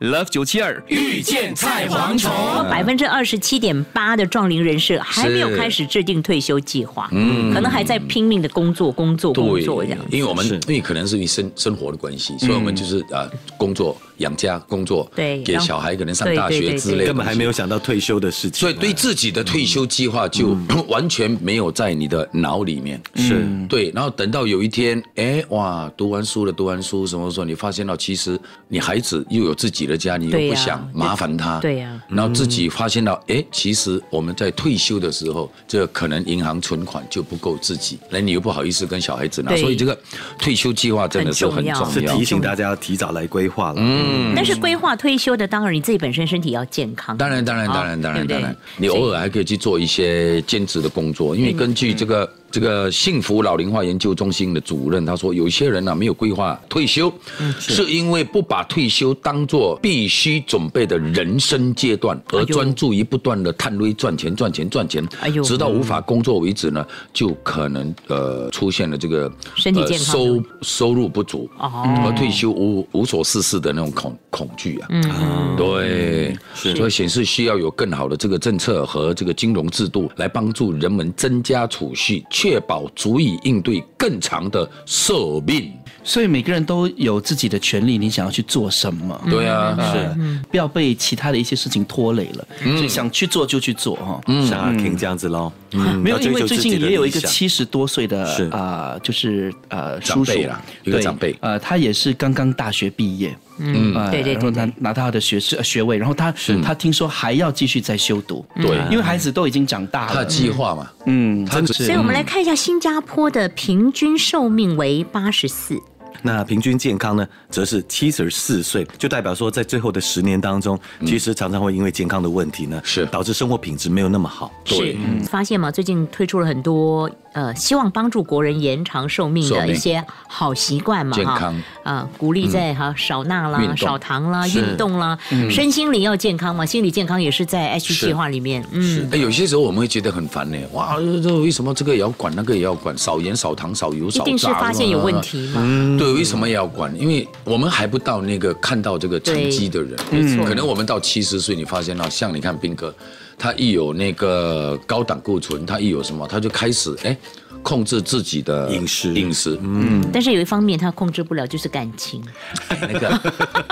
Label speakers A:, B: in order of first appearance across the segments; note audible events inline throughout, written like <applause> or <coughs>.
A: Love 九七二遇见菜蝗虫，
B: 哦
C: 嗯
B: 百分之二十七点八的壮龄人士还没有开始制定退休计划，
C: 嗯
B: 可能还在拼命的工作、工作、工
C: 对
B: 作这样。，
C: 因为我们因为可能是你生生活的关系，所以我们就是啊、工作养家，工作
B: 对
C: 给
B: 然后
C: 小孩可能上
B: 对
C: 大
B: 对
C: 学
B: 对
C: 之
B: 对
C: 类的，
D: 根本还没有。想到退休的事情。
C: 所以对自己的退休计
D: 嗯
C: 划就 <coughs> 完全没有在你的脑里面，嗯
D: 是
C: 对。然后等到有一天，哎哇，读完书了，读完书什么时候你发现到，其实你孩子又有自己的家，你又
B: 对
C: 不
B: 呀
C: 想麻烦他，
B: 对呀
C: 然
D: 嗯
C: 后自己发现到，哎，其实我们在退休的时候，这可能银行存款就不够自己，那你又不好意思跟小孩子拿，
B: 对
C: 所以这个退休计划真的是很
B: 很重要
C: 重
D: 是
C: 要
D: 提。醒大家要提早来规划了。嗯，
B: 但是规划退休的，当然你自己本身身体要健康。
C: 当然，当然，
B: 啊
C: 当然，当然，
B: 对
C: 当
B: 不对
C: 然，你偶尔还可以去做一些兼职的工作，因为根据
B: 嗯
C: 这个这个幸福老龄化研究中心的主任他说，有些人啊呢没有规划退休，
B: 嗯
C: 是因为不把退休当做必须准备的人生阶段，而专注于不断的探微赚钱、赚钱、赚钱
B: 哎呦，
C: 直到无法工作为止呢，就可能呃出现了这个
B: 身体
C: 呃
B: 健康的
C: 收收入不足，
B: 哦
C: 和退休无无所事事的那种恐恐惧啊。
B: 嗯，
C: 对，所以显示需要有更好的这个政策和这个金融制度来帮助人们增加储蓄，确保足以应对更长的寿命。
E: 所以每个人都有自己的权利，你想要去做什么？
B: 嗯
C: 对啊，
E: 呃，不要被其他的一些事情拖累了，所以想去做就去做哈。
D: 像阿 King 这样子喽，
E: 嗯没
D: 嗯要
E: 有，
D: 追
E: 因为
D: 求
E: 最
D: 自己
E: 近
D: 的
E: 也有一
D: 理
E: 个
D: 想
E: 七十多岁的
D: 是
E: 啊、呃就是呃
C: 长
E: 叔叔
C: 辈啦一个
E: 对
C: 长辈
E: 呃，他也是刚刚大学毕业，嗯，呃、
B: 对对对
E: 然后拿拿到他的学士呃学位，然后他他听说还要继续再修读，
B: 嗯
C: 对
E: 因为孩子都已经长大
C: 他的
E: 了，
C: 计划嘛，
E: 嗯，真的
B: 所以
E: 是
B: 我们来看一下新加坡的平均寿命为八十四，
D: 那平均健康呢，则是七十四岁，就代表说在最后的十年当中，
E: 嗯
D: 其实常常会因为健康的问题呢，
C: 是
D: 导致生活品质没有那么好。
B: 是
C: 嗯
B: 发现嘛？最近推出了很多呃，希望帮助国人延长寿命
C: 寿
B: 的
C: 命
B: 一些好习惯嘛，
C: 健
B: 哈
C: 康嗯
B: 啊，鼓励在哈少钠啦、
C: 运动
B: 少糖啦、
C: 是嗯
B: 运动啦，身心灵要健康嘛，心理健康也是在 H
C: 是
B: 计划里面，嗯，
C: 哎，有些时候我们会觉得很烦呢。哇，这为什么这个也要管，那个也要管？少盐、少糖、少油、
B: 一
C: 少炸，啊
B: 定是发现有问题嘛，
C: 对，为什么也要管？因为我们还不到那个看到这个成绩的人，嗯没错。可能我们到七十岁，你发现到像你看斌哥，他一有那个高胆固醇，他一有什么，他就开始哎控制自己的
D: 饮食
C: 饮食，嗯，
B: 但是有一方面他控制不了，就是感情，
C: 那个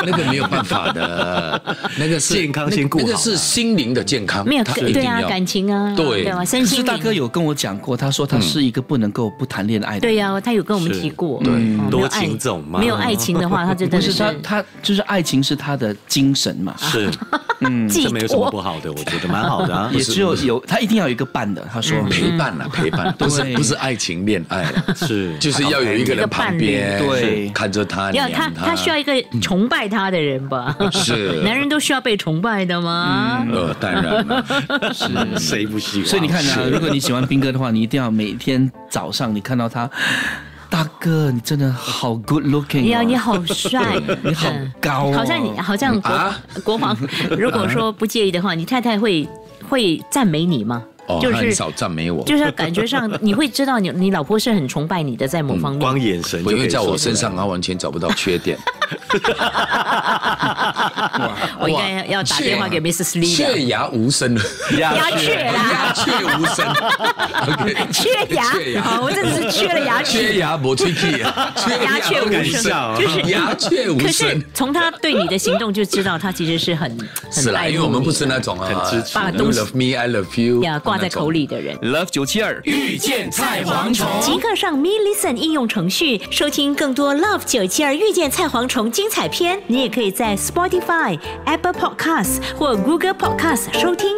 C: 那个没有办法的，
D: <laughs>
C: 那个是
D: 健康先顾
C: 那
D: 好啊
C: 个是心灵的健康，
B: 没有
C: 他一
B: 对
C: 定
B: 啊，
C: 要
B: 感情啊，
C: 对
B: 对吧？
E: 可
B: 身
E: 是
B: 心
E: 大哥
B: 灵，
E: 有跟我讲过，他说他是一个不能够不谈恋爱的，
B: 对、呀，他有跟我们提过，
C: 对
B: 嗯没有
D: 多
B: 爱
D: 情种嘛
B: 没有爱情的话，他就真
E: 不
B: 的
E: 是
B: 是
E: 他他就是爱情是他的精神嘛，
D: 是，
B: 嗯寄
D: <laughs> 这没有什么
B: 托
D: 不啊好的，我觉得蛮好的啊。
E: <laughs> 也只有有他一定要有一个伴的，他说。
A: 嗯
E: <laughs>
C: 陪伴啊，陪伴，不是
E: 对
C: 不是爱情恋爱了。
D: 嗯是，
C: 就是要有一个人旁边，
E: 一个伴侣对
C: 看着他，
B: 要
C: 黏
B: 他，他需要一个崇拜他的人吧？
C: 是
B: 男人都需要被崇拜的吗？
C: 呃，当然了，
D: 谁不希望？
E: 所以你看呢、
C: 是
E: 如果你喜欢斌哥的话，你一定要每天早上你看到他，大哥，你真的好 good looking，、哦、
B: 哎呀，你好
C: <laughs>
B: 帅，
E: 你好
B: 嗯
E: 高、哦，
B: 好像你好像国、
C: 啊
B: 国王，如果说不介意的话，你太太会会赞美你吗？
C: 哦，
B: 就
C: 他很
B: 是
C: 少赞美我，
B: 就是感觉上你会知道你你老婆是很崇拜你的，在某方
C: 嗯
B: 面。
D: 光眼神
C: 我
D: 就
C: 因
D: 可
C: 为
D: 以
C: 在我
D: 说出来
C: 身上，他完全找不到缺点。
B: <laughs> 我应该要打电话给 Mrs. Lee 的
C: 缺牙无声，
B: 牙雀啦，
C: <laughs> 鸦雀无声。OK，
B: 缺牙
C: 缺牙，
B: 哦，我真的是缺了牙齿。
C: 缺牙没吹气
B: <laughs>
C: 啊， <laughs> 缺
B: 鸦雀无声，就是
C: 鸦雀无
B: 可
C: 声
B: 是。从他对你的行动就知道，他其实是很很
C: 是啦，
B: 爱
C: 因
B: 慕
C: 为我们
B: 你
C: 不
B: 的
C: 是那种啊，
D: 很支持
B: 把
C: You
B: 东西
C: love me, I love you，
B: 呀挂在口里的人。
A: Love 九七二遇见菜蝗虫。
B: 即刻上 Me Listen 应用程序收听更多 Love 九七二遇见菜蝗虫精彩片。你也可以在 Spotify、Apple Podcasts 或 Google Podcasts 收听。